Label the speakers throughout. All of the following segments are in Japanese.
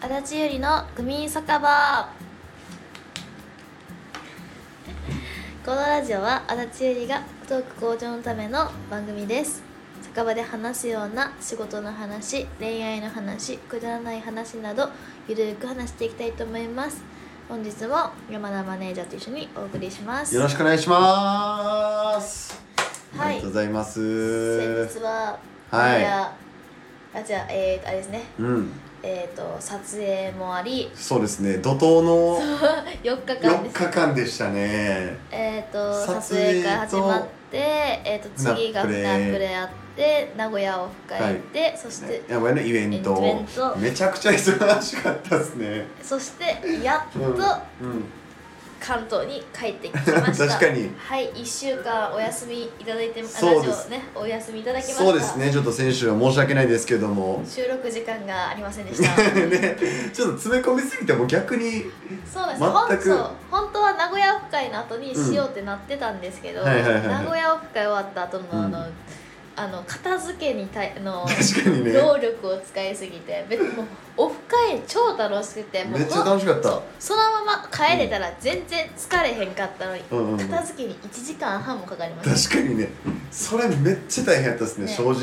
Speaker 1: 足立ゆりのグミン酒場このラジオは足立ゆりがトーク向上のための番組です酒場で話すような仕事の話恋愛の話くだらない話などゆるく話していきたいと思います本日も山田マネージャーと一緒にお送りします
Speaker 2: よろしくお願いします。
Speaker 1: はい
Speaker 2: ありがとうございます。
Speaker 1: 先日は、
Speaker 2: はい
Speaker 1: やあじゃあえー、とあれですね
Speaker 2: うん、
Speaker 1: えー、と撮影もあり
Speaker 2: そうですね。怒涛の
Speaker 1: 4日間で
Speaker 2: 4
Speaker 1: す
Speaker 2: 日間でしたね。
Speaker 1: えー、と撮
Speaker 2: 撮
Speaker 1: 影
Speaker 2: 影と
Speaker 1: 会始まって、えー、と次が
Speaker 2: 船
Speaker 1: 船
Speaker 2: 暮れ
Speaker 1: 暮れあって名古屋を深いて、そして
Speaker 2: ねやばいのイベント
Speaker 1: イベント
Speaker 2: めちゃくちゃ忙しかったですね。
Speaker 1: そしてやっと
Speaker 2: うん、うん、
Speaker 1: 関東に帰ってきました
Speaker 2: 確かに
Speaker 1: はい1週間お休みいただいてあ
Speaker 2: そうで
Speaker 1: ラ
Speaker 2: す
Speaker 1: ジオねお休みいただきました。
Speaker 2: そうですね。ちょっと先週は申し訳ないですけども
Speaker 1: 収録時間がありませんでした
Speaker 2: ね、ちょっと詰め込みすぎてもう逆に
Speaker 1: そうです
Speaker 2: 全く
Speaker 1: 本そう本当は名古屋オフ会の後にしようってなってたんですけど、
Speaker 2: うんはいはいはいはい
Speaker 1: 名古屋オフ会終わった後のあの,、
Speaker 2: うん
Speaker 1: あの片付けにたいの
Speaker 2: 確かにね。
Speaker 1: 労力を使いすぎて別にもうオフ会超楽しくてもう
Speaker 2: めっちゃ楽しかっ
Speaker 1: そ
Speaker 2: た
Speaker 1: う。そのまま帰れたら全然疲れへんかったのに、
Speaker 2: うんうんうん
Speaker 1: 片付けに1時間半もかかりまし
Speaker 2: 確かにね。それめっちゃ大変だったですね。
Speaker 1: ね
Speaker 2: 正直。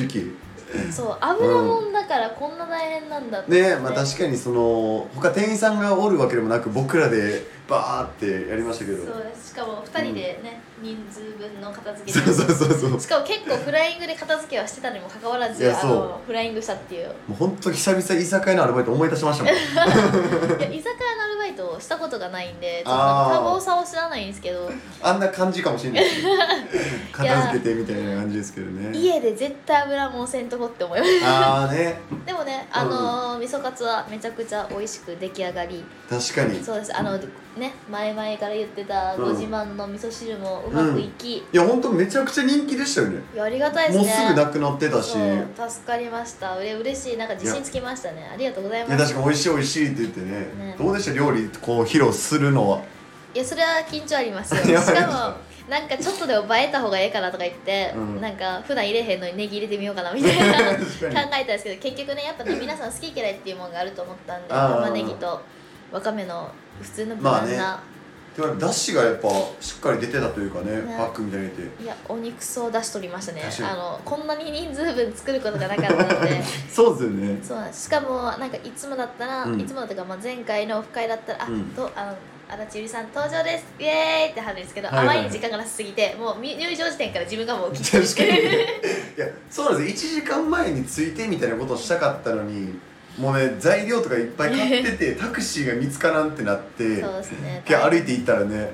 Speaker 1: たそう油もんだからこんな大変なんだって
Speaker 2: ねまあ確かにその他店員さんがおるわけでもなく僕らでバーってやりましたけど
Speaker 1: そうですしかも2人でね、人数分の片付け
Speaker 2: そうそうそうそうも
Speaker 1: しかも結構フライングで片付けはしてたにもかかわら
Speaker 2: い
Speaker 1: ず
Speaker 2: や
Speaker 1: あ
Speaker 2: そう
Speaker 1: のフライングした っていういう
Speaker 2: ほんと久々居酒屋のアルバイト思い出し ましたもん
Speaker 1: や居酒屋のアルバイトをしたことがないんでちょっと
Speaker 2: あー
Speaker 1: 多忙さを知らないんですけど
Speaker 2: あんな感じかもしれないですね片付けてみたいな感じですけどね
Speaker 1: 家で絶対油もんせんとこって思います
Speaker 2: ああね
Speaker 1: でもね、あのー味噌カツはめちゃくちゃ美味しく出来上がり
Speaker 2: 確かにい
Speaker 1: そうですあのね前々から言ってた
Speaker 2: うん
Speaker 1: ご自慢の味噌汁もうまくいき、
Speaker 2: やほんとめちゃくちゃ人気でしたよね
Speaker 1: いやありがたいで
Speaker 2: も
Speaker 1: す
Speaker 2: う
Speaker 1: ね
Speaker 2: すぐなくなってたしいや
Speaker 1: そう助かりましたうれ嬉しいなんか自信つきましたねありがとうございます
Speaker 2: 確かに美味しい美味しいって言ってね
Speaker 1: ね
Speaker 2: どうでした料理こう披露す るのはい
Speaker 1: やそれは緊張ありますよ
Speaker 2: いや
Speaker 1: しかもなんかちょっとでも映えた方がええかなとか言って、
Speaker 2: うん
Speaker 1: なんか普段入れへんのにネギ入れてみようかなみたいな考
Speaker 2: 確か
Speaker 1: え
Speaker 2: に
Speaker 1: たんですけど結局ねやっぱね皆さん好き嫌いっていうもんがあると思ったんで
Speaker 2: あー
Speaker 1: 玉ねぎとわかめの普通の無難な、
Speaker 2: まあでもだしがやっぱしっかり出てたというかね
Speaker 1: ね
Speaker 2: パックみたいに出て
Speaker 1: いやお肉そう出しとりましたね
Speaker 2: 確かに
Speaker 1: あのこんなに人数分作ることがなかった ので
Speaker 2: そうですよね
Speaker 1: そうなんですしかもなんかいつもだったら、
Speaker 2: うん
Speaker 1: いつもだったか、まあ、前回のオフ会だったら「あ、
Speaker 2: うん
Speaker 1: とあの足立ゆりさん登場ですイエーイ!」ってはるんですけど、
Speaker 2: はいはい
Speaker 1: あまりに時間がなさすぎてもうみ入場時点から自分がもう切
Speaker 2: 確かに いやそうなんですよ1時間前に着いてみたいなことをしたかったのにもうね材料とかいっぱい買っててタクシーが見つからんってなって
Speaker 1: そうですね
Speaker 2: いや
Speaker 1: 大
Speaker 2: 歩
Speaker 1: 変
Speaker 2: いて行ったらね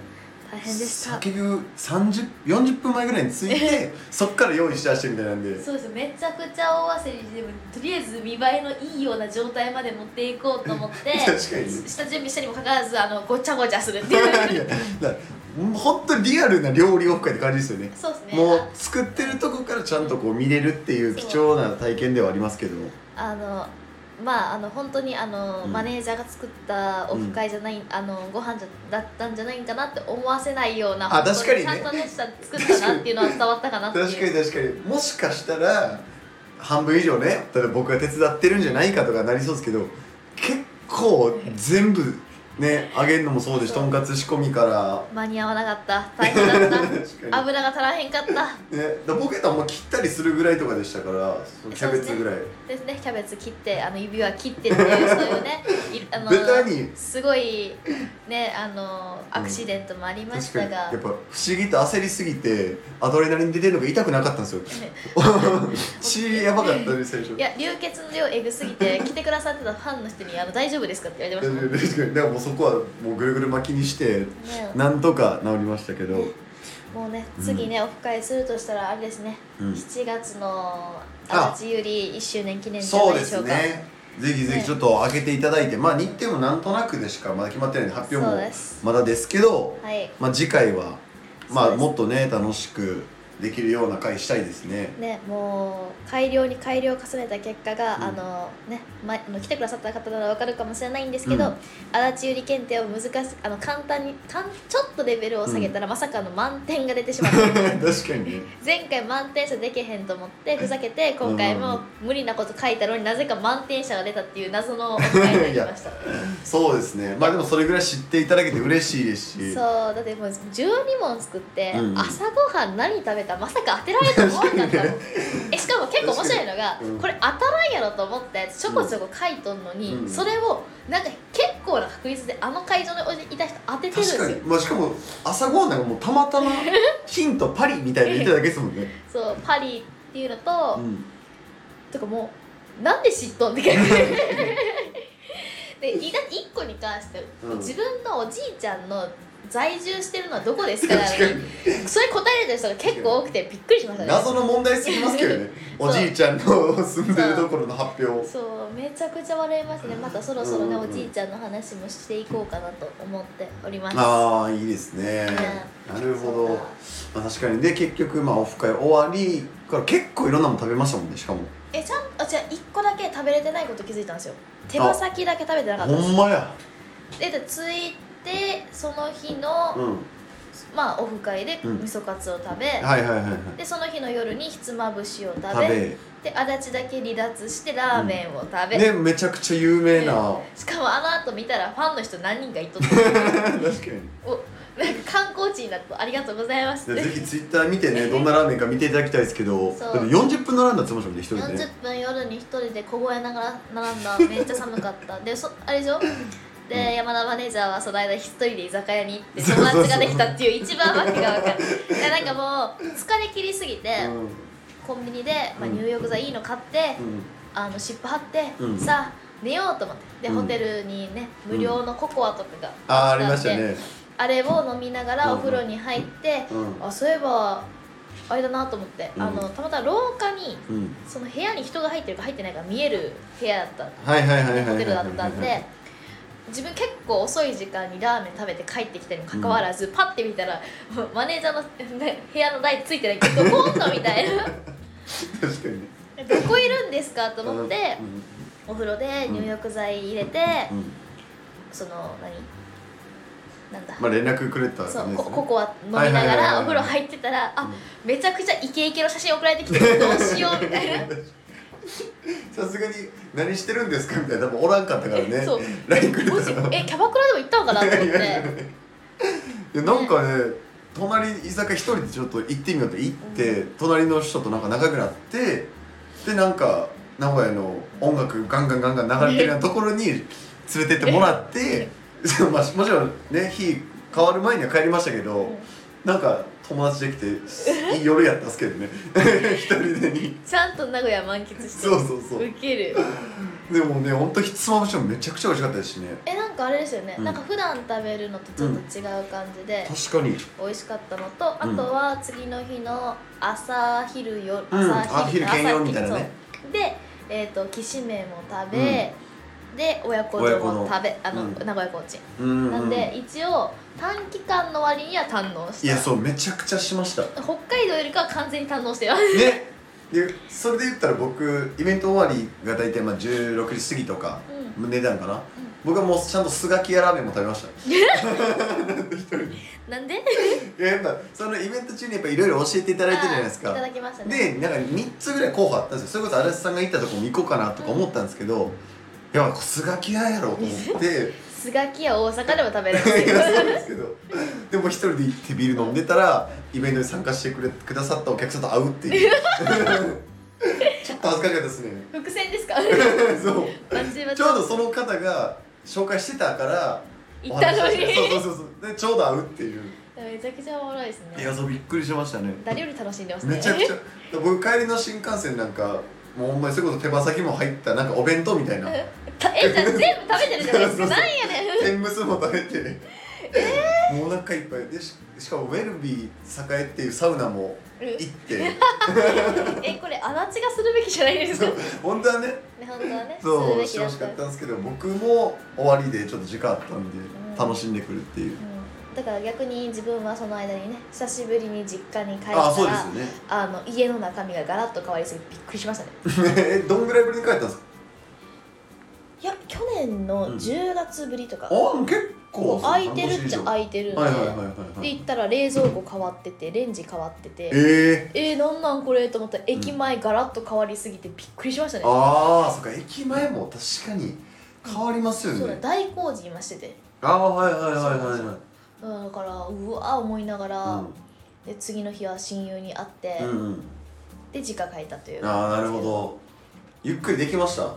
Speaker 1: 大変でした
Speaker 2: 結局30 40分前ぐらいに着いてそっから用意しだしてみたいなんで
Speaker 1: そうですめちゃくちゃ大焦りでもとりあえず見栄えのいいような状態まで持っていこうと思って
Speaker 2: 確かに
Speaker 1: 下準備したにもかかわらずあのごちゃごちゃするって いう
Speaker 2: いやだ本当にリアルな料理オフ会って感じですよね
Speaker 1: そうですね
Speaker 2: もう
Speaker 1: あ
Speaker 2: 作ってるとこからちゃんとこう見れるっていう貴重な体験ではありますけど
Speaker 1: あのまああの本当にあの、
Speaker 2: うん
Speaker 1: マネージャーが作ったオフ会じゃない、あのご飯じゃだったんじゃないかなって思わせないような
Speaker 2: あ
Speaker 1: 本当
Speaker 2: 確かにね
Speaker 1: ちゃんとねした作ったなっていうのは伝わったかなっていう
Speaker 2: 確かに確かにもしかしたら半分以上ね例えば僕が手伝ってるんじゃないかとかなりそうですけど結構全部ね揚げるのもそうですし
Speaker 1: そう
Speaker 2: とんかつ仕込みから。
Speaker 1: 間に合わなかった大変だっ
Speaker 2: 確
Speaker 1: た
Speaker 2: か
Speaker 1: 油が足らへんかった
Speaker 2: にね、だ僕やったらもう切ったりするぐらいとかでしたからそのキャベツぐらい、
Speaker 1: ですねキャベツ切ってあの指輪切ってっていうそういうねいあの
Speaker 2: ベタに
Speaker 1: すごいねあのアクシデントもありまし
Speaker 2: 確か
Speaker 1: た
Speaker 2: にや
Speaker 1: が、
Speaker 2: っぱ不思議と焦りすぎてアドレナリン出てるのが痛くなかったん ですよ 血やばかったです最初
Speaker 1: いや流血の量えぐすぎて来てくださってたファンの人にあの「大丈夫ですか?」って言われてまし
Speaker 2: 確かにだからもうそこはもうぐるぐる巻きにして
Speaker 1: たね
Speaker 2: なんとか治りましたけど、
Speaker 1: もうね
Speaker 2: うん
Speaker 1: 次ね、オフ会するとしたらあれですね、
Speaker 2: うん、
Speaker 1: 7月の
Speaker 2: あ
Speaker 1: 足立ゆり1周年記念じゃ
Speaker 2: そ
Speaker 1: な
Speaker 2: う
Speaker 1: い
Speaker 2: で
Speaker 1: でしょう
Speaker 2: す
Speaker 1: か
Speaker 2: ねぜひぜ
Speaker 1: ね
Speaker 2: ひちょっと上げていただいて、まあ日程もなんとなくでしかまだ決まってないんで発表
Speaker 1: そう
Speaker 2: も
Speaker 1: です
Speaker 2: まだですけど
Speaker 1: はい
Speaker 2: まあ次回はま
Speaker 1: そう
Speaker 2: あ
Speaker 1: です
Speaker 2: もっとね楽しくできるような回したいですね
Speaker 1: ね、もう改良に改良を重ねた結果が、
Speaker 2: うん
Speaker 1: あのね、ま、あの来てくださった方ならわかるかもしれないんですけど、
Speaker 2: うん
Speaker 1: 足立ゆり検定を難しあの簡単にかんちょっとレベルを下げたら、まさかの満点が出てしまった
Speaker 2: 確かにね
Speaker 1: 前回満点者できへんと思ってふざけて今回も無理なこと書いたのになぜか満点者が出たっていう謎のお答えになりました
Speaker 2: そうですねまあでもそれぐらい知っていただけて嬉しいですし
Speaker 1: そうだってもう12問作って、
Speaker 2: うんうん
Speaker 1: 朝ごはん何食べたまさか当てられると思わなか ったのえしかも結構面白いのが、
Speaker 2: うん
Speaker 1: これ当たらんやろと思ってちょこちょこ書いとんのに、
Speaker 2: うん
Speaker 1: それをなんか結構な確率であの会場にいた人当ててるんです
Speaker 2: 確
Speaker 1: よ
Speaker 2: かに、まあ、しかも朝ごはんなんかもうたまたま ヒントパリみたいなの言っただけですもんね、
Speaker 1: そうパリっていうのと、
Speaker 2: うん、
Speaker 1: とかもうなんで嫉妬って 感じでいだって1個に関して、
Speaker 2: うん
Speaker 1: 自分のおじいちゃんの在住してるのはどこです
Speaker 2: 確
Speaker 1: か
Speaker 2: から
Speaker 1: それ答えられた人が結構多くてびっくりしました
Speaker 2: に
Speaker 1: ね
Speaker 2: 謎の問題すぎますけどね
Speaker 1: そう
Speaker 2: おじいちゃんの住んでるところの発表
Speaker 1: そうめちゃくちゃ笑いますねまたそろそろね、
Speaker 2: うんうん
Speaker 1: おじいちゃんの話もしていこうかなと思っております
Speaker 2: ああいいですねなるほど、まあ、確かにで結局まあオフ会終わりから結構いろんなもの食べましたもんねしかも
Speaker 1: えちゃんあじゃ1個だけ食べれてないこと気づいたんですよ手羽先だけ食べてなかったんで
Speaker 2: ほんまや
Speaker 1: すででついてその日の、
Speaker 2: うん
Speaker 1: まあオフ会で
Speaker 2: うん
Speaker 1: 味噌カツを食べ、
Speaker 2: はいはいはいはい
Speaker 1: でその日の夜にひつまぶしを食べ
Speaker 2: 食べ
Speaker 1: で足立だけ離脱してラーメンを食べ、
Speaker 2: ねめちゃくちゃ有名な
Speaker 1: しかもあの後見たらファンの人何人かいっとって
Speaker 2: 確かに
Speaker 1: おなんか観光地になってありがとうございます
Speaker 2: で
Speaker 1: って
Speaker 2: ぜひツイッター見てねどんなラーメンか見ていただきたいですけど
Speaker 1: そう
Speaker 2: でも40分のランダーってましたもんね一人でね
Speaker 1: 40分夜に一人で凍えながら並んだめっちゃ寒かったでそあれでしょで、
Speaker 2: うん
Speaker 1: 山田マネージャーはその間一人で居酒屋に行って
Speaker 2: そう
Speaker 1: 友
Speaker 2: そうそう
Speaker 1: 達ができたっていう一番わけが分かるでなんかもう疲れ切りすぎて、
Speaker 2: うん
Speaker 1: コンビニで、まあ、
Speaker 2: うん
Speaker 1: 入浴剤いいの買って、
Speaker 2: うん
Speaker 1: あの湿布貼って、
Speaker 2: うん
Speaker 1: さあ寝ようと思ってで、
Speaker 2: うん
Speaker 1: ホテルにね無料のココアとかが
Speaker 2: あああ
Speaker 1: 置
Speaker 2: り
Speaker 1: いて
Speaker 2: ま
Speaker 1: っ
Speaker 2: してたね
Speaker 1: あれを飲みながらお
Speaker 2: うん
Speaker 1: 風呂に入って、
Speaker 2: うん
Speaker 1: あそういえばあれだなと思って、
Speaker 2: うん
Speaker 1: あのたまたま廊下に
Speaker 2: うん
Speaker 1: その部屋に人が入ってるか入ってないか見える部屋だった
Speaker 2: はいはいはいはいはい
Speaker 1: ホ
Speaker 2: は
Speaker 1: テ
Speaker 2: い
Speaker 1: ルだったんで自分結構遅い時間にラーメン食べて帰ってきたにもかかわらず、パッて見たらもうマネージャーのね部屋の台ついてないけどコントみたい な
Speaker 2: 確かにね
Speaker 1: どこいるんですかと思って、
Speaker 2: うん
Speaker 1: お風呂で入浴剤入れて、
Speaker 2: うん
Speaker 1: その何なんだ、
Speaker 2: まあ連絡くれたんです
Speaker 1: そ
Speaker 2: ね
Speaker 1: うこココア飲みながらお風呂入ってたらあめちゃくちゃイケイケの写真送られてきてどうしようみたいな
Speaker 2: さすがに何してるんですかみたいな多分おらんかったからね
Speaker 1: そう
Speaker 2: LINE くれた
Speaker 1: も
Speaker 2: ら
Speaker 1: しえキャバクラでも行ったのかなと思っ
Speaker 2: いやいや
Speaker 1: て
Speaker 2: いやなんかね隣居酒屋一人でちょっと行ってみようって行って、隣の人となんか仲良くなってでなんか名古屋の音楽ガンガンガンガン流れてるようなところに連れてってもらってそう まあもちろんね日変わる前には帰りましたけど、
Speaker 1: ん
Speaker 2: なんか友達できていい夜やったっすけどね 一人でに
Speaker 1: ちゃんと名古屋満喫して
Speaker 2: そうそうそう
Speaker 1: ウケる
Speaker 2: でもねほんとひつまぶしもめちゃくちゃ美味しかったですしね
Speaker 1: えなんかあれですよね、
Speaker 2: うん
Speaker 1: なんか普段食べるのとちょっと違う感じで、
Speaker 2: 確かに
Speaker 1: 美味しかったのとあ
Speaker 2: うん
Speaker 1: とは次の日の朝昼よ、
Speaker 2: うんあ昼兼用みたいなね
Speaker 1: そうでえっ、ときしめんも食べ、で親子
Speaker 2: 親
Speaker 1: 丼
Speaker 2: 子
Speaker 1: も
Speaker 2: 丼
Speaker 1: 食べあの、
Speaker 2: うん
Speaker 1: 名古屋コーチン、
Speaker 2: うんうんうん
Speaker 1: なんで一応短期間の割には堪能した
Speaker 2: いやそうめちゃくちゃし ました
Speaker 1: 北海道よりかは完全に堪能して よ
Speaker 2: ねでそれで言ったら僕イベント終わりが大体まあ16時過ぎとか、値段かな、僕はもうちゃんとスガキやラーメンも食べま した
Speaker 1: なんでい
Speaker 2: いややっぱそのイベント中にやっぱいろいろ教えていただいてるじゃないです
Speaker 1: いた
Speaker 2: か
Speaker 1: だきましたね
Speaker 2: でなんか3つぐらい候補あったんですよそれこそ足立さんが行ったとこも行こうかなとか思ったんですけど、いやスガキ屋やろと 思って
Speaker 1: スガキや大阪でも食べれるんです
Speaker 2: い
Speaker 1: けど
Speaker 2: やそうですけどでも一人で行ってビール飲んでたらイベントに参加してくれくださったお客さんと会うっ ていう ちょっと恥ずかしかったですね
Speaker 1: 伏線ですか
Speaker 2: そう
Speaker 1: バチバチ
Speaker 2: ちょうどその方が紹介してたから
Speaker 1: 行ったのに
Speaker 2: お話ししてそうそうそうそうでちょうど会うっていう
Speaker 1: めちゃくちゃおもろいです
Speaker 2: い
Speaker 1: ね
Speaker 2: やそうびっくりしましたね
Speaker 1: 誰より楽しんでますね
Speaker 2: めちゃくちゃ僕帰りの新幹線なんかもうほんまにそれこそ手羽先も入ったなんかお弁当みたいな
Speaker 1: たえじゃあ全部食べてるじゃないです
Speaker 2: そうそう
Speaker 1: かなんやねん
Speaker 2: 天むすも食べて、もうお腹いっぱいでししかもウェルビー栄っていうサウナも行って
Speaker 1: えこれ足立がするべきじゃないですか
Speaker 2: そ
Speaker 1: ね
Speaker 2: う本当はね
Speaker 1: 本当はねする
Speaker 2: そう
Speaker 1: べ
Speaker 2: し
Speaker 1: き
Speaker 2: て
Speaker 1: だっ
Speaker 2: ほしたか
Speaker 1: う
Speaker 2: ったんですけど僕も終わりでちょっと時間あったんで
Speaker 1: ん
Speaker 2: 楽しんでくるっていう。
Speaker 1: んだから逆に自分はその間にね久しぶりに実家に帰ったら
Speaker 2: ああそうです
Speaker 1: あの家の中身がガラッと変わりすぎてびっくりしましたね
Speaker 2: よね えどんぐらいぶりに帰ったんですか
Speaker 1: いや去年の10月ぶりとか、
Speaker 2: あ結構
Speaker 1: こう空いてるっちゃ空
Speaker 2: い
Speaker 1: いてるんで、
Speaker 2: はいはいはいはいは
Speaker 1: で
Speaker 2: い
Speaker 1: 行ったら冷蔵庫変わっててレンジ変わってて
Speaker 2: え
Speaker 1: えー、なんなんこれと思ったら駅前ガラッと変わりすぎてびっくりしました
Speaker 2: ー、
Speaker 1: ね、
Speaker 2: ああそっか駅前も確かに変わりますよ
Speaker 1: そうだ
Speaker 2: ね
Speaker 1: 大工事今してて
Speaker 2: ああはいはいはいはい
Speaker 1: そう
Speaker 2: は
Speaker 1: うんだからうわー思いながら、
Speaker 2: い
Speaker 1: で次の日は親友に会って、
Speaker 2: うんうんうん
Speaker 1: で実家帰ったという
Speaker 2: ああなるほどゆっくりでき ました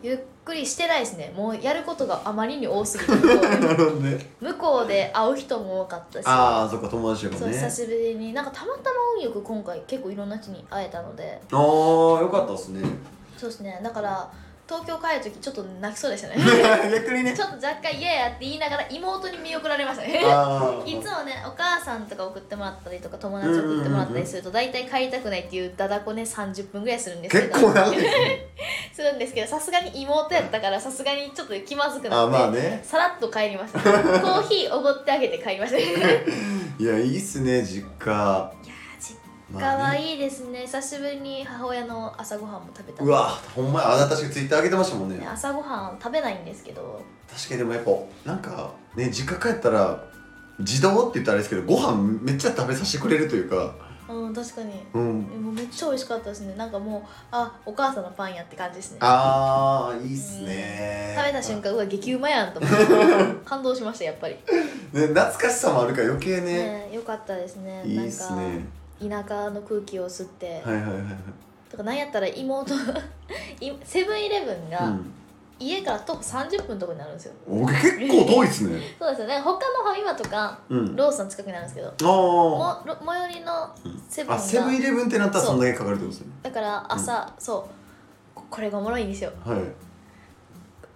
Speaker 1: ゆっくりしてないですねもうやることがあまりに多 すぎて
Speaker 2: なるほどね
Speaker 1: 向こうで会う人も多かったし
Speaker 2: ああそっか友達とか
Speaker 1: そう
Speaker 2: もね
Speaker 1: 久しぶりになんかたまたま運よく今回結構いろんな人に会えたので
Speaker 2: ああよかったです ね
Speaker 1: そうですねだから東京帰る時ちょっと泣きそうで したね
Speaker 2: 逆にね
Speaker 1: ちょっと若干「イエーやって言いながら妹に見送られましたね
Speaker 2: ああ
Speaker 1: いつもねお母さんとか送ってもらったりとか友達送ってもらったりすると大体帰りたくないっていうだだこね30分ぐらいするんですけ
Speaker 2: 結
Speaker 1: ど
Speaker 2: 構長いですね
Speaker 1: するんですけどさすがに妹やったからさすがにちょっと気まずくな
Speaker 2: あ
Speaker 1: って、
Speaker 2: まあね
Speaker 1: さらっと帰りました コーヒーおごってあげて帰りましたいや
Speaker 2: いやいいっすね実家
Speaker 1: 実
Speaker 2: ま
Speaker 1: 家
Speaker 2: あ
Speaker 1: は
Speaker 2: ね
Speaker 1: いいですね久しぶりに母親の朝ごはんも食べた
Speaker 2: うわほんまやあなた確かツイッター上げてましたもんね
Speaker 1: ね朝ごはん食べないんですけど
Speaker 2: 確かにでもやっぱなんかね実家帰ったら自動って言ったらあれですけどご飯めっちゃ食べさせてくれるというか
Speaker 1: うん確かに
Speaker 2: うん
Speaker 1: もうめっちゃ美味しかったですねなんかもうあお母さんのパンやって感じですね
Speaker 2: あーいいっすね
Speaker 1: 食べた瞬間うわ激うまやんと思って感動しましたやっぱり、
Speaker 2: ね懐かしさもあるから余計 ね
Speaker 1: ね、よかったですね
Speaker 2: いいっすね
Speaker 1: なんか田舎の空気を吸って、
Speaker 2: はいはいはいはい
Speaker 1: とかなんやったら妹 いセブンイレブン
Speaker 2: う
Speaker 1: が
Speaker 2: ん
Speaker 1: 家から徒歩30分のとこになるんですよ、
Speaker 2: お結構遠いっすね
Speaker 1: そうですよね他のファミマとか
Speaker 2: うん
Speaker 1: ローソン近くになるんですけど
Speaker 2: あ
Speaker 1: もろ最寄りの
Speaker 2: うん
Speaker 1: セブン
Speaker 2: あ
Speaker 1: が
Speaker 2: セブンイレブンってなったらそんだけかかるってことですよね
Speaker 1: だから朝、そうここれがおもろいんですよ
Speaker 2: はい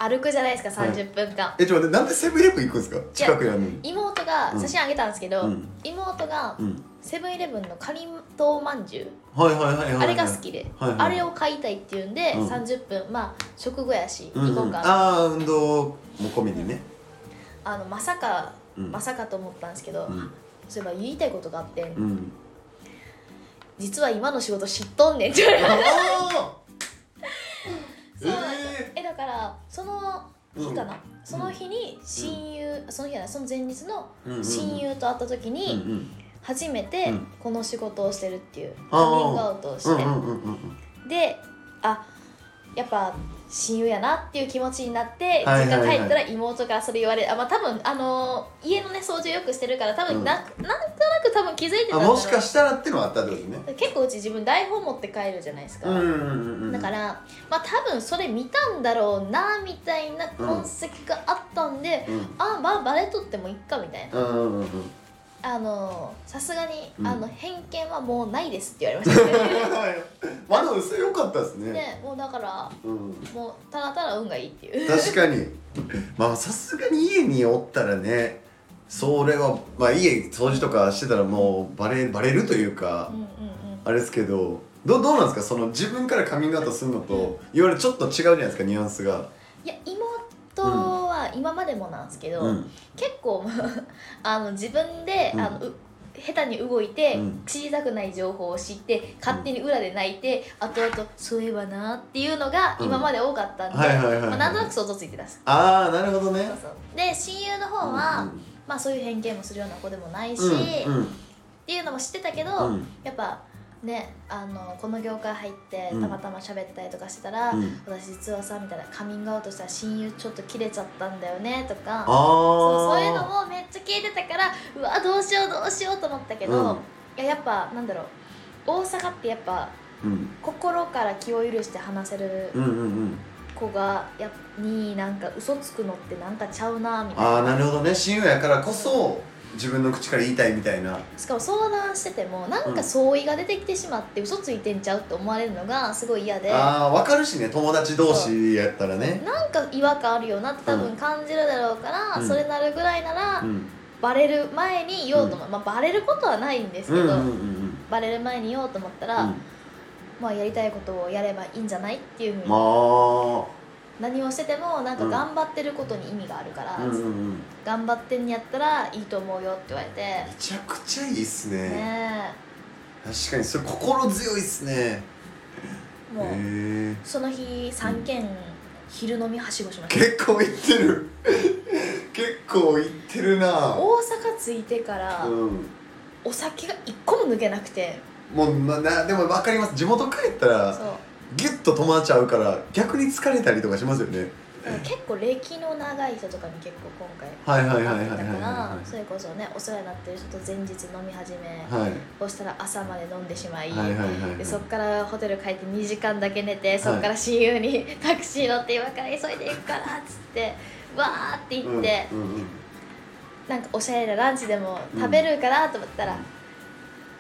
Speaker 1: 歩くじゃないですか30分間、
Speaker 2: えちょっと待ってなんでセブンイレブン行くんですか近くにあるのに
Speaker 1: 妹が
Speaker 2: うん
Speaker 1: 写真あげたんですけど、
Speaker 2: うん
Speaker 1: 妹が
Speaker 2: うん
Speaker 1: セブンイレブンのかりんとうまんじゅう
Speaker 2: はいはいはいはいはい
Speaker 1: あれが好きで、
Speaker 2: はいはい
Speaker 1: あれを買いたいっていうんで、
Speaker 2: うん
Speaker 1: 30分まあ食後やし
Speaker 2: うん
Speaker 1: 行こ
Speaker 2: う
Speaker 1: うんか、
Speaker 2: ああ運動も込みでね
Speaker 1: あのまさか
Speaker 2: うん
Speaker 1: まさかと思ったんですけど、
Speaker 2: うん
Speaker 1: そういえば言いたいことがあって、
Speaker 2: うん
Speaker 1: 実は今の仕事知っとんねん って言われて
Speaker 2: あ
Speaker 1: そうなんですよ
Speaker 2: え
Speaker 1: えだからその日かな、その日に親友、その日じゃないその前日の
Speaker 2: ー
Speaker 1: 親友と会った時
Speaker 2: うん
Speaker 1: に初めて
Speaker 2: うん
Speaker 1: この仕事をしてるっていうカ
Speaker 2: あー
Speaker 1: ミングアウトをして、
Speaker 2: うんうんうんうん
Speaker 1: であやっぱ親友やなっていう気持ちになって
Speaker 2: は
Speaker 1: 実
Speaker 2: いはいはい
Speaker 1: 家帰ったら妹からそれ言われあまあ多分あのー家のね掃除よくしてるから多
Speaker 2: うん
Speaker 1: 分なん,、なんとなく多分気づいてた
Speaker 2: あ
Speaker 1: んだろう
Speaker 2: もしかしたらってのはあったってことね
Speaker 1: 結構うち自分台本持って帰るじゃないですか、
Speaker 2: うんうんうんうん
Speaker 1: だからまあ多分それ見たんだろうなみたいな痕跡があったんで、
Speaker 2: うん
Speaker 1: あまあバレとってもいっかみたいな
Speaker 2: うんうんうんうん
Speaker 1: あのさすがに、
Speaker 2: うん
Speaker 1: あの偏見はもうないですって言われま したね
Speaker 2: まだ薄い良かったですね
Speaker 1: ねもうだから
Speaker 2: うん
Speaker 1: もうただただ運がいいっていう
Speaker 2: 確かにまあさすがに家におったらねそれはまあ家掃除とかしてたらもうバレバレるというか
Speaker 1: うんうんうん
Speaker 2: あれですけどどうどうなんですかその自分からカミングアウトするのといわゆるちょっと違うじゃないですかニュアンスが
Speaker 1: いや妹は今までもなんですけど、
Speaker 2: うん
Speaker 1: 結構まああの自分で、
Speaker 2: うん
Speaker 1: あのう下手に動いて、
Speaker 2: うん
Speaker 1: 知りたくない情報を知って勝手に裏で泣いて、後々そういえばなっていうのが
Speaker 2: うん
Speaker 1: 今まで多かったんで、
Speaker 2: はいはいはいはい
Speaker 1: まあ、なんとなく想像ついてたんです
Speaker 2: ああなるほどね
Speaker 1: そうそうで親友の方は、まあ、そういう偏見もするような子でもないし、
Speaker 2: うんうん
Speaker 1: っていうのも知ってたけど、
Speaker 2: うんうん
Speaker 1: やっぱねあのこの業界入って
Speaker 2: うん
Speaker 1: たまたま喋ったりとかしてたら、
Speaker 2: うん
Speaker 1: 私実はさみたいなカミングアウトしたら親友ちょっと切れちゃったんだよねとか
Speaker 2: あ
Speaker 1: そう
Speaker 2: あ
Speaker 1: そういうのもめっちゃ聞いてたからうわどうしようどうしようと思ったけど、
Speaker 2: うん
Speaker 1: いややっぱなんだろう大阪ってやっぱ
Speaker 2: うん
Speaker 1: 心から気を許して話せる
Speaker 2: うんうんうん
Speaker 1: 子がやになんか嘘つくのってなんかちゃうなみたい
Speaker 2: ああ
Speaker 1: な
Speaker 2: なるほどね親友やからこそ自分の口から言いたいみたいな
Speaker 1: しかも相談しててもなん
Speaker 2: うん
Speaker 1: か相違が出てきてしまって嘘ついてんちゃうって思われるのがすごい嫌で。
Speaker 2: ああ分かるしね友達同士やったらね
Speaker 1: なんか違和感あるよなって多
Speaker 2: うん
Speaker 1: 分感じるだろうから、
Speaker 2: うん
Speaker 1: それなるぐらいなら、
Speaker 2: うん
Speaker 1: バレる前に言おうと思う、まあ、バレることはないんです
Speaker 2: うん
Speaker 1: け
Speaker 2: う
Speaker 1: ど、
Speaker 2: んうん
Speaker 1: バレる前に言おうと思ったら、
Speaker 2: うん
Speaker 1: まあやりたいことをやればいいんじゃないっていうふうに
Speaker 2: まあ
Speaker 1: 何をしててもなんか
Speaker 2: うん
Speaker 1: 頑張ってることに意味があるから、
Speaker 2: うんうんうん
Speaker 1: 頑張ってんやったらいいと思うよって言われて
Speaker 2: めちゃくちゃいいっすね
Speaker 1: ね
Speaker 2: 確かにそれ心強いっすね
Speaker 1: え
Speaker 2: へ
Speaker 1: もう、
Speaker 2: え
Speaker 1: その日3軒昼飲みはしごしました
Speaker 2: 結構いってる 結構いってる
Speaker 1: 大
Speaker 2: な
Speaker 1: 阪着いてから
Speaker 2: うん
Speaker 1: お酒が一個も抜けなくて
Speaker 2: もうななでも分かります地元帰った
Speaker 1: そう
Speaker 2: らギュッと友達会うから逆に疲れたりとかしますよね
Speaker 1: だから結構歴の長い人とかに結構今回
Speaker 2: はいはいはいは
Speaker 1: 会
Speaker 2: い
Speaker 1: っ
Speaker 2: はい
Speaker 1: てたから
Speaker 2: はいは
Speaker 1: それこそねお世話になってる人と前日飲み始め
Speaker 2: いはい
Speaker 1: そしたら朝まで飲んでしまい、
Speaker 2: はいはいはいはい
Speaker 1: でそっからホテル帰って2時間だけ寝てそっから親友に タクシー乗って今から急いで行くからっつってわーって行って、
Speaker 2: うんうんうん
Speaker 1: なんかおしゃれなランチでも食べるからと思ったら、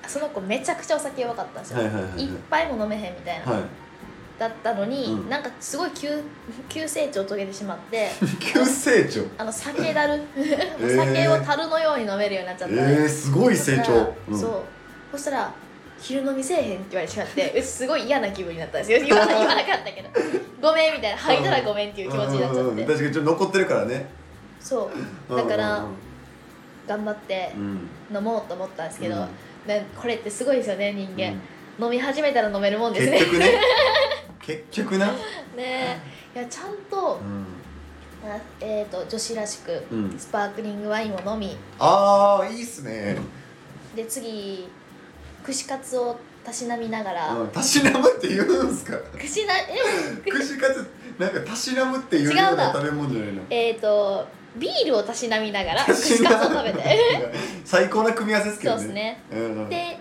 Speaker 1: その子めちゃくちゃお酒弱かったんですよ、
Speaker 2: はいはいはいはい
Speaker 1: 一杯も飲めへんみたいな、
Speaker 2: は
Speaker 1: だったのに、
Speaker 2: うん
Speaker 1: なんかすごい急急成長を遂げてしまって
Speaker 2: い急成長
Speaker 1: あの酒だるもう酒を樽のように飲めるようになっちゃった、
Speaker 2: えー、すごい成
Speaker 1: そしたら
Speaker 2: 長、うん
Speaker 1: そうそしたら「昼飲みせえへん」って言われてしまってえすごい嫌な気分になったんですよ言わな言わなかったけど「ごめん」みたいな「吐いたらごめん」っていう気持ちになっちゃ
Speaker 2: うん
Speaker 1: っ
Speaker 2: うんうん
Speaker 1: て
Speaker 2: 確かにちょっと残ってるからね
Speaker 1: そうだから
Speaker 2: うん
Speaker 1: 頑張って
Speaker 2: うんうん
Speaker 1: 飲もうと思ったんですけど、
Speaker 2: うん
Speaker 1: ね、これってすごいですよね人間、
Speaker 2: う
Speaker 1: 飲み始めたら飲めるもん
Speaker 2: ん
Speaker 1: です
Speaker 2: 結
Speaker 1: ね
Speaker 2: 局ね 結局な
Speaker 1: ねえいやちゃんと
Speaker 2: う,、ん
Speaker 1: あえー、と女子らしく
Speaker 2: うん
Speaker 1: スパークリングワインを飲み
Speaker 2: ああいいっすね
Speaker 1: で次串カツをたしなみながら、
Speaker 2: うんたしなむって言うんすか
Speaker 1: 串なえ
Speaker 2: 串カツなんかたしなむっていうよう
Speaker 1: 違う
Speaker 2: な
Speaker 1: な
Speaker 2: 食べ物じゃないの
Speaker 1: えー、とビールをたしなみながら
Speaker 2: たし
Speaker 1: 串
Speaker 2: な
Speaker 1: カ
Speaker 2: む
Speaker 1: ツを食べて
Speaker 2: 最高な組み合わせですけ
Speaker 1: そう
Speaker 2: ど
Speaker 1: で
Speaker 2: ね
Speaker 1: すね
Speaker 2: うんうん
Speaker 1: で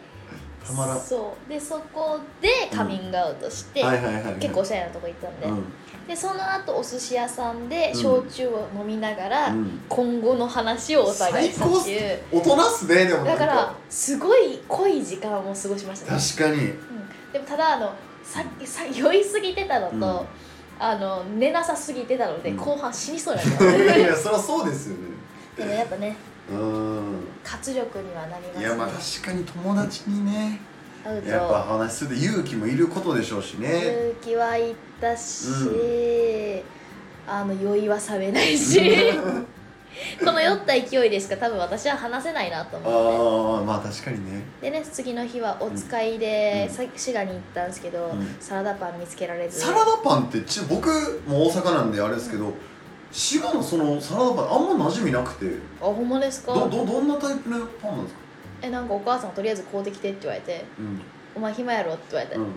Speaker 2: たまらん
Speaker 1: そうでそこでカミングアウトして、
Speaker 2: はいはいはいはい
Speaker 1: 結構おしゃれなとこ行ったんで、
Speaker 2: うん
Speaker 1: でその後お寿司屋さんで焼酎を飲みながら、
Speaker 2: うん
Speaker 1: 今後の話をお互いしたっていう
Speaker 2: 大人っすねでもな
Speaker 1: だ
Speaker 2: ん
Speaker 1: からすごい濃い時間を過ごしましたね、
Speaker 2: 確かに
Speaker 1: うん、でもただあのささ酔いすぎてたのと、
Speaker 2: うん
Speaker 1: あの寝なさすぎてたので、
Speaker 2: うん
Speaker 1: 後半死にそうになっ
Speaker 2: い
Speaker 1: た
Speaker 2: やそりゃそうですよね
Speaker 1: でもやっぱね
Speaker 2: うん
Speaker 1: 活力にはなります
Speaker 2: い
Speaker 1: ね
Speaker 2: やまあ確かに友達にね
Speaker 1: 会うと
Speaker 2: やっぱ話すると勇気もいることでしょうしね
Speaker 1: 勇気は言ったし、
Speaker 2: う
Speaker 1: あの酔いは冷めないし この酔った勢いでしか多分私は話せないなと思って
Speaker 2: ああまあ確かにね
Speaker 1: でね次の日はお使いで、
Speaker 2: うん
Speaker 1: さ滋賀に行ったんですけど、
Speaker 2: うん
Speaker 1: サラダパン見つけられず
Speaker 2: サラダパンってち僕も大阪なんであれですけど滋賀のそのサラダパンあんま馴染みなくて
Speaker 1: あほんまですか
Speaker 2: どどどんなタイプのパンなんですか
Speaker 1: えなんかお母さんがとりあえず買うてきてって言われて
Speaker 2: うん
Speaker 1: 「お前暇やろ?」って言われて、
Speaker 2: うんうんうん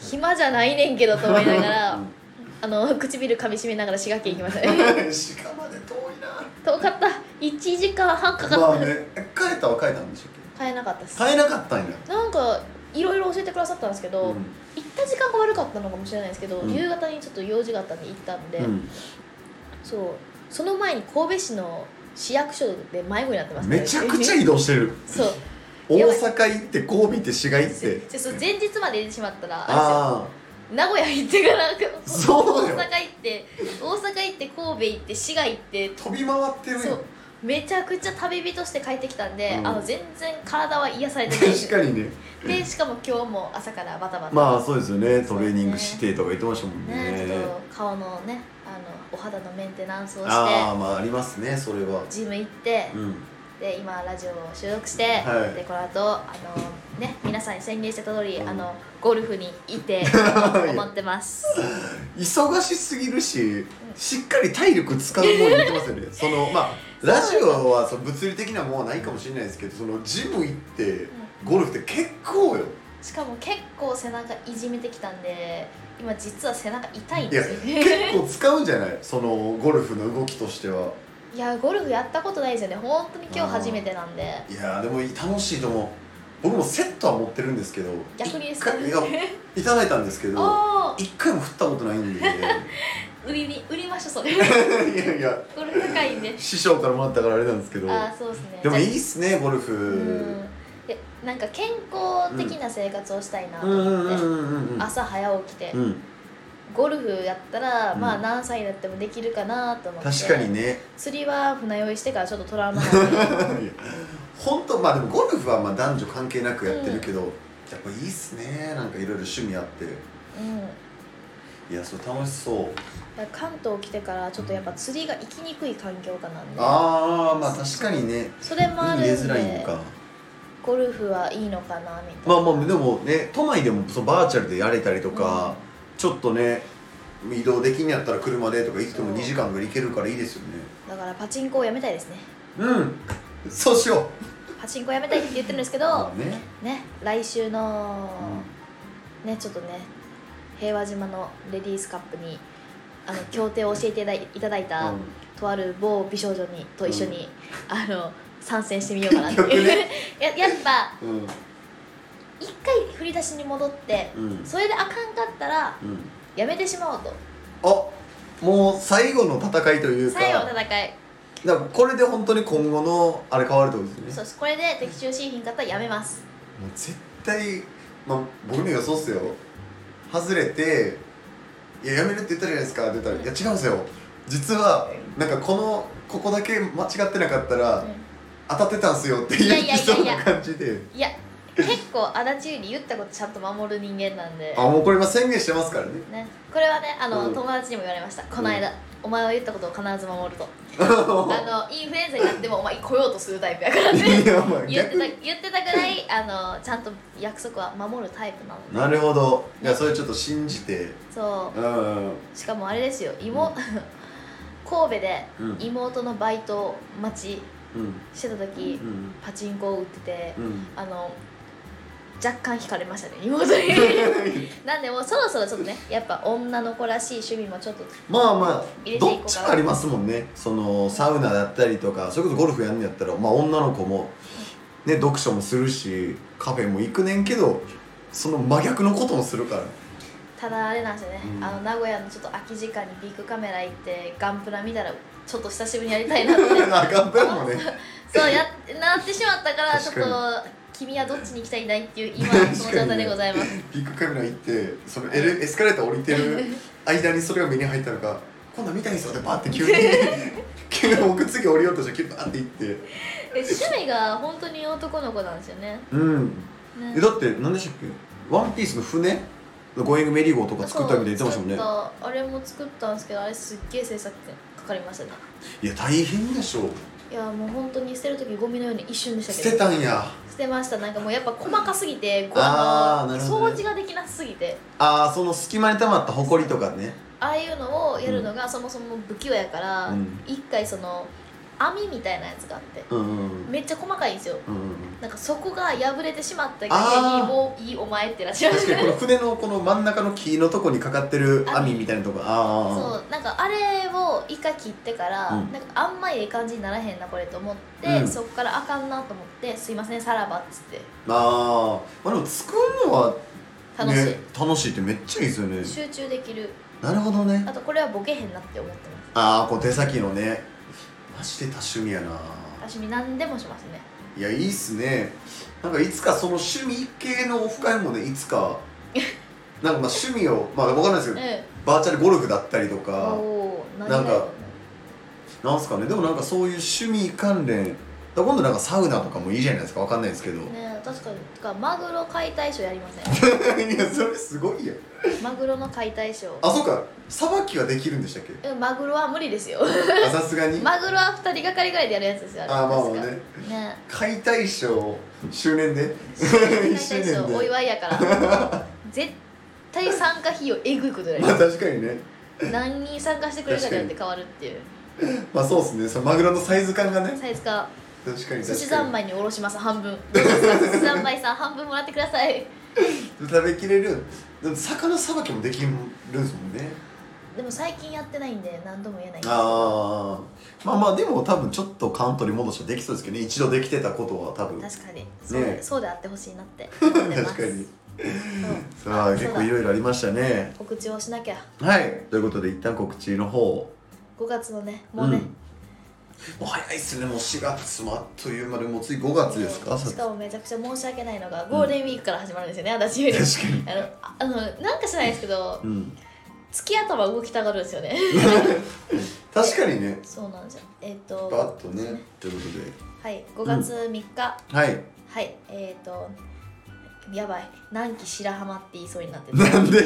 Speaker 1: 暇じゃないねんけどと思いながら、
Speaker 2: うん
Speaker 1: あの 唇噛みしめながら滋賀県行きましたね
Speaker 2: 滋賀まで遠いな
Speaker 1: 遠かった1時間半かかった、
Speaker 2: まあねえ帰ったは帰ったんでしたっ
Speaker 1: 買えなかったです
Speaker 2: け帰えなかったんや
Speaker 1: なんかいろいろ教えてくださったんですけど、
Speaker 2: うん
Speaker 1: 行った時間が悪かったのかもしれないですけど、
Speaker 2: うん
Speaker 1: 夕方にちょっと用事があったんで行ったんで、
Speaker 2: うん
Speaker 1: そうその前に神戸市の市役所で迷子になってます
Speaker 2: めちゃくちゃ
Speaker 1: い
Speaker 2: 移動してる
Speaker 1: そう
Speaker 2: 大阪行って神戸行って滋賀行って
Speaker 1: でそう前日まで入れてしまったらあ
Speaker 2: あ
Speaker 1: れですよ名古屋行ってから
Speaker 2: そうよ
Speaker 1: 大阪行って大阪行って神戸行って滋賀行って
Speaker 2: あ飛び回ってる
Speaker 1: そう
Speaker 2: よ
Speaker 1: めちゃくちゃ旅人として帰ってきたんで、
Speaker 2: うん
Speaker 1: あの全然体は癒されてない
Speaker 2: 確かにね
Speaker 1: でしかも今日も朝からバタバタ、
Speaker 2: まあそうですよねトレーニングしてとか言ってましたもんね
Speaker 1: ね、ちょっと顔のねあのお肌のメンテナンスを
Speaker 2: ああ
Speaker 1: して
Speaker 2: まあありますねそれは
Speaker 1: ジム行って、
Speaker 2: うん
Speaker 1: で今ラジオを収録して、
Speaker 2: はい
Speaker 1: でこの後あのね皆さんに宣言した通り、
Speaker 2: うん
Speaker 1: あのゴルフに行って
Speaker 2: はい
Speaker 1: 思ってます
Speaker 2: 忙しすぎるししっかり体力使うもん言ってます よねそのまあラジオはその物理的なもんはないかもしれないですけどそのジム行ってゴルフって結構よ
Speaker 1: しかも結構背中いじめてきたんで今実は背中痛いん
Speaker 2: いや
Speaker 1: ですよ
Speaker 2: 結構使うんじゃないそのゴルフの動きとしてはい
Speaker 1: やゴルフやったことないですよね本当に今日初めてなんで
Speaker 2: いやーでも楽しいと思う僕もセットは持ってるんですけど
Speaker 1: 逆にですか
Speaker 2: 一回いや いただいたんですけど
Speaker 1: おおー
Speaker 2: 一回も振ったことな いんでい
Speaker 1: 売りに売りましょうそ れ
Speaker 2: やいや
Speaker 1: ゴルフ高いんで
Speaker 2: 師匠からもらったからあれなんですけど
Speaker 1: ああそうですね
Speaker 2: でもい
Speaker 1: じゃ
Speaker 2: いっすねゴル
Speaker 1: あ
Speaker 2: フ
Speaker 1: うんでなんか健康的な生活をしたいなと
Speaker 2: うんうん
Speaker 1: 思っ
Speaker 2: うん
Speaker 1: て、
Speaker 2: うんうん
Speaker 1: 朝早起きて、
Speaker 2: うん
Speaker 1: ゴルフやったら、
Speaker 2: うん
Speaker 1: まあ何歳になってもできるかなと思って
Speaker 2: 確かにね
Speaker 1: 釣りは船酔いしてからちょっとトラウマなんで
Speaker 2: 本当まあでもゴルフはまあ男女関係なくやってるけど、やっぱいいっすねなんかいろいろ趣味あって
Speaker 1: うん
Speaker 2: いやそれ楽しそう
Speaker 1: だから関東来てからちょっとやっぱ釣りが行きにくい環境下なんで
Speaker 2: ああまあ確かにね
Speaker 1: それもあるん
Speaker 2: 見
Speaker 1: で
Speaker 2: えづらいのか
Speaker 1: ゴルフはいいのかなみたいな
Speaker 2: まあまあでもね都内でもそのバーチャルでやれたりとか、ちょっとね移動できんやったら車でとか行っても
Speaker 1: そう
Speaker 2: 2時間ぐらい行けるからいいですよね
Speaker 1: だからパチンコをやめたいですね
Speaker 2: うんそうしよ
Speaker 1: パチンコやめたいって言ってるんですけ
Speaker 2: う
Speaker 1: ど
Speaker 2: まあね、
Speaker 1: ね来週の
Speaker 2: う
Speaker 1: ねちょっとね平和島のレディースカップにあの協定を教えていただいいただいた、
Speaker 2: ん
Speaker 1: とある某美少女にと一緒に、あの参戦してみようかなってい
Speaker 2: 結
Speaker 1: う、
Speaker 2: 局ね
Speaker 1: ややっぱ
Speaker 2: うんうん
Speaker 1: 一回振り出しに戻って
Speaker 2: うん
Speaker 1: それであかんかったら
Speaker 2: うん
Speaker 1: やめてしまおうと
Speaker 2: あもう最後の戦いというか
Speaker 1: 最後の戦い
Speaker 2: だからこれで本当に今後のあれ変わるってことです
Speaker 1: そ
Speaker 2: ね
Speaker 1: うですこれで的中しひんかったらやめます
Speaker 2: もう絶対まあ僕の予想っすよ外れて「いややめるって言ったじゃないですか」って言ったら「いや違うんですよ実はなんかこのここだけ間違ってなかったら当たってたんすよ」って
Speaker 1: いや
Speaker 2: 言
Speaker 1: い
Speaker 2: っ
Speaker 1: や
Speaker 2: て
Speaker 1: いやいや
Speaker 2: そうな感じで
Speaker 1: いや結構足立ゆり言ったことちゃんと守る人間なんで
Speaker 2: あもうこれ今宣言してますからね
Speaker 1: ね、これはねあの、
Speaker 2: うん
Speaker 1: 友達にも言われましたこの間、お前は言ったことを必ず守るとあのインフルエンザになってもお前来ようとするタイプやからね
Speaker 2: いやまあ
Speaker 1: 言って
Speaker 2: 逆
Speaker 1: た
Speaker 2: に
Speaker 1: 言ってたぐらいあのちゃんと約束は守るタイプなので
Speaker 2: なるほどいやそれちょっと信じて
Speaker 1: そ
Speaker 2: うんうん
Speaker 1: うしかもあれですよ妹、神戸で
Speaker 2: うん
Speaker 1: 妹のバイト待ち
Speaker 2: うん
Speaker 1: してた時、
Speaker 2: うん
Speaker 1: パチンコを売ってて、
Speaker 2: うん
Speaker 1: あの若干惹かれましたね妹に なんでもうそろそろちょっとねやっぱ女の子らしい趣味もちょっと
Speaker 2: まあま
Speaker 1: 入れ
Speaker 2: あ
Speaker 1: てい
Speaker 2: ど
Speaker 1: こうかな
Speaker 2: っちかありますもんねそのサウナだったりとかそれこそゴルフやんのやったら、まあ、女の子も、ね、読書もするしカフェも行くねんけどその真逆のこともするから
Speaker 1: ただあれなんですよね、
Speaker 2: うん
Speaker 1: あの名古屋のちょっと空き時間にビッグカメラ行ってガンプラ見たらちょっと久しぶりにやりたいなって
Speaker 2: あかんぷんもね
Speaker 1: そうやなってしまったからちょっ
Speaker 2: 確かに
Speaker 1: と君はどっちに行きたいんだいっていう 今のその状態でございます、
Speaker 2: ビッグカメラ行ってそのエレエスカレーター降りてる間にそれが目に入ったのか今度見たいんすよってバーって急 に急に僕次降りようとして急にバーって行って
Speaker 1: え趣味が本当に男の子なんですよね
Speaker 2: うん
Speaker 1: ね
Speaker 2: えだって何でしたっけワンピースの船のゴーイングメリーゴーとか作ったみたいに言ってましたもんね
Speaker 1: そう作ったあれも作ったんですけどあれすっげえ制作かかりましたね
Speaker 2: いや大変でしょ
Speaker 1: いやもう本当に捨てる時ゴミのように一瞬でしたけ
Speaker 2: 捨
Speaker 1: ど
Speaker 2: てたんや
Speaker 1: 捨てましたなんかもうやっぱ細かすぎてこう
Speaker 2: あーなるほどね
Speaker 1: 掃除ができなすぎて
Speaker 2: ああその隙間に溜まったほこりとかね
Speaker 1: ああいうのをやるのがそもそも不器用やから、
Speaker 2: うん
Speaker 1: 一回その網みたいなやつがあって
Speaker 2: うんうんうん
Speaker 1: めっちゃ細かいんですよ
Speaker 2: うんうん
Speaker 1: なんかそこが破れてしまったが
Speaker 2: あー
Speaker 1: にもういいお前ってなっちゃいま
Speaker 2: 確
Speaker 1: し
Speaker 2: かに
Speaker 1: た
Speaker 2: この船のこの真ん中の木のとこにかかってる網みたいなとこあ
Speaker 1: そうなんかあれを一回切ってから、
Speaker 2: うん
Speaker 1: なんかあんまいい感じにならへんなこれと思って、
Speaker 2: うん
Speaker 1: そっからあかんなと思って「すいませんさらば」っつって
Speaker 2: ああーまあでも作るのは
Speaker 1: 楽しい、
Speaker 2: ね楽しいってめっちゃいいですよね
Speaker 1: 集中できる
Speaker 2: なるほどね
Speaker 1: あとこれはボケへんなって思ってます
Speaker 2: ああこう手先のねマジで多趣味やな
Speaker 1: 私に何でもしますね
Speaker 2: いやいいっすねなんかいつかその趣味系のオフ会もねい つかなんかまあ趣味をまあ分かんないです
Speaker 1: う
Speaker 2: けど
Speaker 1: ん
Speaker 2: バーチャルゴルフだったりとか
Speaker 1: おお何
Speaker 2: なん
Speaker 1: だ
Speaker 2: か
Speaker 1: よ
Speaker 2: なんすかねでもなんかそういう趣味関連だから今度なんかサウナとかもいいじゃないですかわかんないですけ どい
Speaker 1: ね確かにてかマグロ解体ショーやりません
Speaker 2: やそれすごいやん
Speaker 1: マグロの解体ショー
Speaker 2: あそうかさばきはできるんでしたっ け
Speaker 1: うんマグロは無理ですよ
Speaker 2: あさすがに、
Speaker 1: マグロは2人がかりぐらいでやるやつですよ
Speaker 2: あ
Speaker 1: れ
Speaker 2: ーまあまあ
Speaker 1: 確か
Speaker 2: ね
Speaker 1: ね
Speaker 2: 解体ショー周年で
Speaker 1: 解体シ
Speaker 2: 周
Speaker 1: ョ
Speaker 2: 年
Speaker 1: ーお
Speaker 2: で
Speaker 1: 祝いやから 絶対参加費用えぐいことだ
Speaker 2: まあ
Speaker 1: よ
Speaker 2: 確かにね
Speaker 1: 何人参加してくれるかによって変わるっていう
Speaker 2: まあそうっすねそのマグロのサイズ感がね
Speaker 1: サイズか
Speaker 2: 確かに
Speaker 1: 寿司
Speaker 2: 確か
Speaker 1: 三
Speaker 2: に
Speaker 1: 昧におろします半分どうですか寿司三昧さん半分もらってください
Speaker 2: 食べきれるでも魚さばきもできるんですもんね
Speaker 1: でも最近やってないんで何度も言えないんですけど
Speaker 2: ああまあまあでも多分ちょっとカウントに戻したらできそうですけどね一度できてたことは多分
Speaker 1: 確かにそう,、
Speaker 2: ねえ
Speaker 1: そうであってほしいなって思ってます
Speaker 2: 確かに
Speaker 1: そう
Speaker 2: さあ結構いろいろありましたね
Speaker 1: 告知をしなきゃ
Speaker 2: はいということで一旦告知の方を
Speaker 1: 5月のねもうね、
Speaker 2: んもう早いっすねもう4月もあっという間でもう次5月ですか、
Speaker 1: し
Speaker 2: さ
Speaker 1: かもめちゃくちゃ申し訳ないのがゴールデンウィークから始まるんですよね、私より
Speaker 2: 確かに
Speaker 1: あのああのなんか知らないですけど
Speaker 2: うん
Speaker 1: 月頭動きたがるんですよね
Speaker 2: 確かにね
Speaker 1: そうなんですよえっ、
Speaker 2: バ
Speaker 1: と
Speaker 2: ッとねということで
Speaker 1: はい5月3日、
Speaker 2: はい
Speaker 1: はいえっ、とやばい南紀白浜って言いそうになってた
Speaker 2: なんで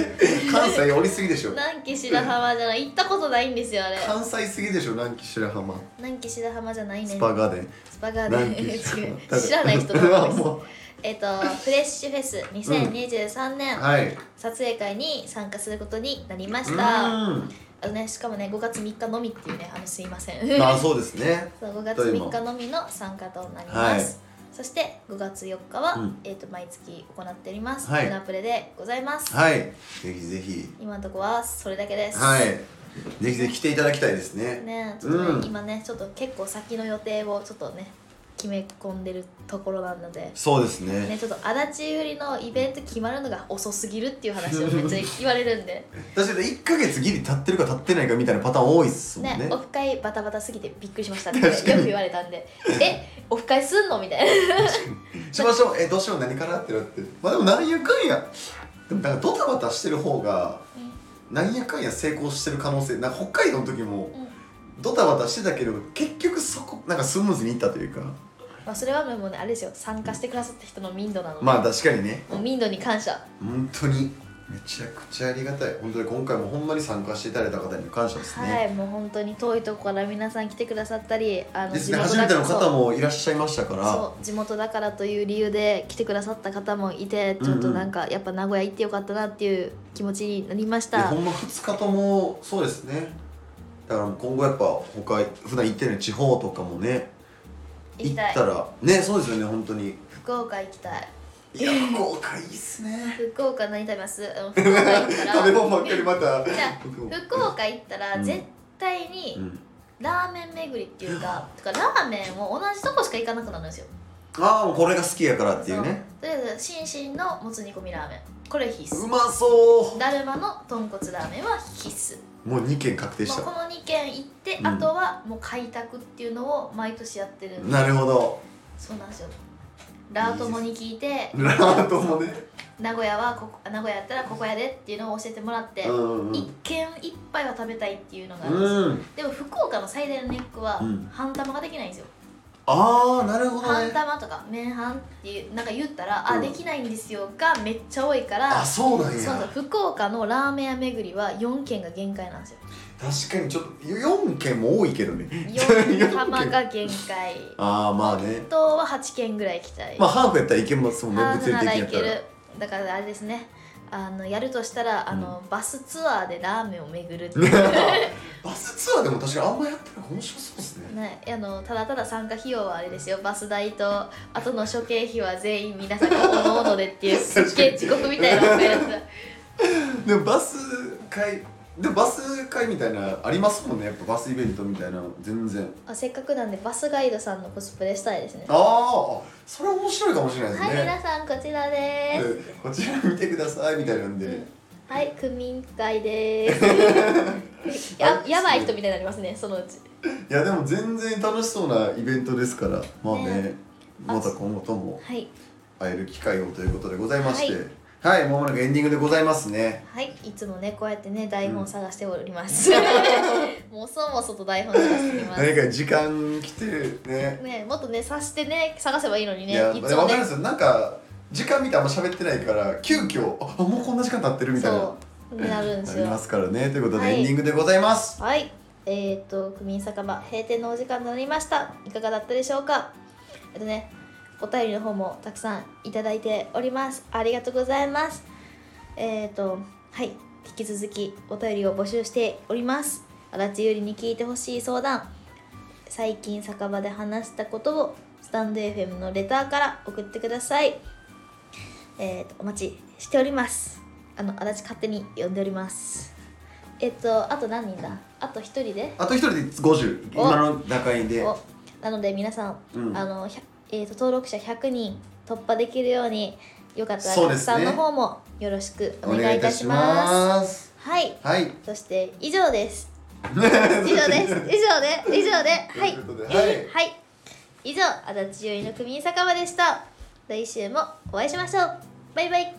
Speaker 2: 関西おりすぎでしょ
Speaker 1: 南紀白浜じゃない行ったことないんですよあれ
Speaker 2: 関西すぎでしょ南紀白浜
Speaker 1: 南紀白浜じゃないね
Speaker 2: スパガーデン
Speaker 1: スパガー
Speaker 2: 南
Speaker 1: デン
Speaker 2: 紀
Speaker 1: 違う
Speaker 2: ただ
Speaker 1: 知らない人だったん です
Speaker 2: も
Speaker 1: えっとフレッシュフェス2023
Speaker 2: う
Speaker 1: 年
Speaker 2: はい
Speaker 1: 撮影会に参加することになりまし
Speaker 2: う
Speaker 1: たあ
Speaker 2: ん
Speaker 1: のねしかもね5月3日のみっていうねあのすいません
Speaker 2: まあそうですね
Speaker 1: そう5月3日のみの参加となります、そして5月4日は、
Speaker 2: うん
Speaker 1: えー、と毎月行っております、
Speaker 2: はい
Speaker 1: ルナプレでございます、
Speaker 2: はいぜひぜひ
Speaker 1: 今のとこはそれだけです、
Speaker 2: はいぜひぜひ来ていただきたいですね
Speaker 1: ねちょっとね、
Speaker 2: うん
Speaker 1: 今ねちょっと結構先の予定をちょっとね決め込んでるところなので
Speaker 2: そうですね
Speaker 1: ね、ちょっと足立売りのイベント決まるのが遅すぎるっていう話をめっちゃ言われるん で
Speaker 2: 確かに1ヶ月ギリ経ってるか経ってないかみたいなパターン多いっすもん
Speaker 1: ね
Speaker 2: ね
Speaker 1: オフ会バタバタすぎてびっくりしま したってよ
Speaker 2: 確かに
Speaker 1: く言われたんで「えオフ会すんの?」みたいな
Speaker 2: しましょうえどうしよう何かなってなってまあでもなんやかんやでもなんかドタバタしてる方がなんやかんや成功してる可能性なんか北海道の時も
Speaker 1: うん
Speaker 2: ドタバタしてたけど結局そこなんかスムーズにいったというか
Speaker 1: まあそれはもうねあれですよ参加してくださった人の民度なので、
Speaker 2: まあ確かにね
Speaker 1: もう民度に感謝
Speaker 2: 本当にめちゃくちゃありがたい本当に今回もほんまに参加していただいた方に感謝です
Speaker 1: は
Speaker 2: ね、
Speaker 1: いもう本当に遠いとこから皆さん来てくださったりあの
Speaker 2: ですね
Speaker 1: 地
Speaker 2: 初
Speaker 1: 元だ
Speaker 2: めて
Speaker 1: か
Speaker 2: の
Speaker 1: ら
Speaker 2: 方もいらっしゃいましたから
Speaker 1: そうそう地元だからという理由で来てくださった方もいて
Speaker 2: うん
Speaker 1: ち
Speaker 2: うん
Speaker 1: ょっとなんかやっぱ名古屋行ってよかったなっていう気持ちになりまし
Speaker 2: いや
Speaker 1: た、
Speaker 2: ほんま2日ともそうですねだからもう今後やっぱ他普段行ってない地方とかもね
Speaker 1: 行
Speaker 2: 行
Speaker 1: き
Speaker 2: った
Speaker 1: い
Speaker 2: たらねそうですよね本当に
Speaker 1: 福岡行きたい
Speaker 2: いや福岡いいっすね
Speaker 1: 福岡何食べますうん福岡行ったら
Speaker 2: 食べ物ばっかりまた
Speaker 1: じゃあ
Speaker 2: 僕も
Speaker 1: 福岡行った
Speaker 2: う
Speaker 1: ら
Speaker 2: ん
Speaker 1: 絶対に
Speaker 2: うん
Speaker 1: ラーメン巡りっていう か,、とかラーメンを同じとこしか行かなくなるんですよ
Speaker 2: ああもうこれが好きやからっていうね
Speaker 1: そうとりあえずシンシンのもつ煮込みラーメンこれ必
Speaker 2: う
Speaker 1: 須
Speaker 2: まそう
Speaker 1: だるまの豚骨ラーメンは必須、
Speaker 2: もう2軒確定し
Speaker 1: ま
Speaker 2: た
Speaker 1: あ、この2軒行って、
Speaker 2: うん
Speaker 1: あとはもう開拓っていうのを毎年やってるんで
Speaker 2: なるほど
Speaker 1: そうなんですよラートモに聞いて
Speaker 2: ラートもね
Speaker 1: 名古屋はここあ名古屋やったらここやでっていうのを教えてもらって、
Speaker 2: うんうん
Speaker 1: 一軒一杯は食べたいっていうのがあるんですよ、
Speaker 2: うん
Speaker 1: でも福岡の最大のネックは、
Speaker 2: うん
Speaker 1: 半玉ができないんですよ
Speaker 2: ああなるほど
Speaker 1: 半
Speaker 2: ね
Speaker 1: 玉とか麺半っていうなんか言ったら、
Speaker 2: う
Speaker 1: あ
Speaker 2: ん
Speaker 1: できないんですよがめっちゃ多いから
Speaker 2: あそうなん
Speaker 1: そうそう
Speaker 2: や
Speaker 1: 福岡のラーメン屋巡りは4軒が限界なんですよ
Speaker 2: 確かにちょっと4軒も多いけどね
Speaker 1: 4玉が限界
Speaker 2: ああまあね
Speaker 1: 本当は8軒ぐらい行きたい、
Speaker 2: まあハーフやったらいけますもんね
Speaker 1: ハー
Speaker 2: 物
Speaker 1: フ
Speaker 2: 理
Speaker 1: な
Speaker 2: 的
Speaker 1: ら
Speaker 2: にや
Speaker 1: い
Speaker 2: った
Speaker 1: け
Speaker 2: ら
Speaker 1: るだからあれですねあのやるとしたらあの、バスツアーでラーメンを巡るっていう
Speaker 2: バスツアーでも確かにあんまやったら面白そうですね
Speaker 1: ね、あのただただ参加費用はあれですよバス代とあとの処刑費は全員皆さんがおのおのでって いうすっげえ地獄みたいなことやつ
Speaker 2: でもバス会でもバス会みたいなありますもんねやっぱバスイベントみたいなの全然
Speaker 1: あせっかくなんでバスガイドさんのコスプレしたいですね。
Speaker 2: ああそれは面白いかもしれないです
Speaker 1: はい、
Speaker 2: ね
Speaker 1: 皆さんこちらで
Speaker 2: でこちら見てくださいみたいなんで、
Speaker 1: す。はい、区民会 です。ややばい人みたいになりますね、そのうち。
Speaker 2: いやでも全然楽しそうなイベントですからまあね
Speaker 1: ね
Speaker 2: また今後とも
Speaker 1: はい、
Speaker 2: 会える機会をということでございましてはい、もう間もなくエンディングでございますね
Speaker 1: はい、いつもねこうやってね台本探しております。 もそもそと台本探しておりま
Speaker 2: 何
Speaker 1: す。
Speaker 2: か時間来てね
Speaker 1: ね、もっとね察してね探せばいいのに
Speaker 2: い
Speaker 1: ね、
Speaker 2: や
Speaker 1: い
Speaker 2: でも
Speaker 1: つも
Speaker 2: 分かるん
Speaker 1: ね
Speaker 2: で。すよなんか時間見てあんま喋ってないから急遽ああもうこんな時間経ってるみたいな
Speaker 1: そうなるんで
Speaker 2: な
Speaker 1: す
Speaker 2: り
Speaker 1: よ
Speaker 2: ま。すからねということで、
Speaker 1: はい
Speaker 2: エンディングでございます
Speaker 1: はい、えっ、と、区民酒場閉店のお時間となりました。いかがだったでしょうか。えっとね、お便りの方もたくさんいただいております。ありがとうございます。えっ、と、はい、引き続きお便りを募集しております。足立ゆりに聞いてほしい相談。最近酒場で話したことをスタンド FM のレターから送ってください。えっ、と、お待ちしております。あの、足立勝手に呼んでおります。えっと、あと何人だあと一人で
Speaker 2: あと一人で50
Speaker 1: お
Speaker 2: 今の中にで
Speaker 1: おなので皆さん、
Speaker 2: うん
Speaker 1: あの、ひゃえっと登録者100人突破できるようによかったら
Speaker 2: そう
Speaker 1: た
Speaker 2: で
Speaker 1: く
Speaker 2: す
Speaker 1: さん
Speaker 2: ね
Speaker 1: の方もよろしくお
Speaker 2: お
Speaker 1: 願
Speaker 2: 願
Speaker 1: い
Speaker 2: い
Speaker 1: い
Speaker 2: い
Speaker 1: た
Speaker 2: た
Speaker 1: し
Speaker 2: し
Speaker 1: ます。
Speaker 2: ます
Speaker 1: はい、
Speaker 2: はい
Speaker 1: そして以上です。以
Speaker 2: 以
Speaker 1: 上 です。以上で、以上で、はい
Speaker 2: ということではい、
Speaker 1: はい、以上足立ゆいの組員酒場でした。来週もお会いしましょう。バイバイ。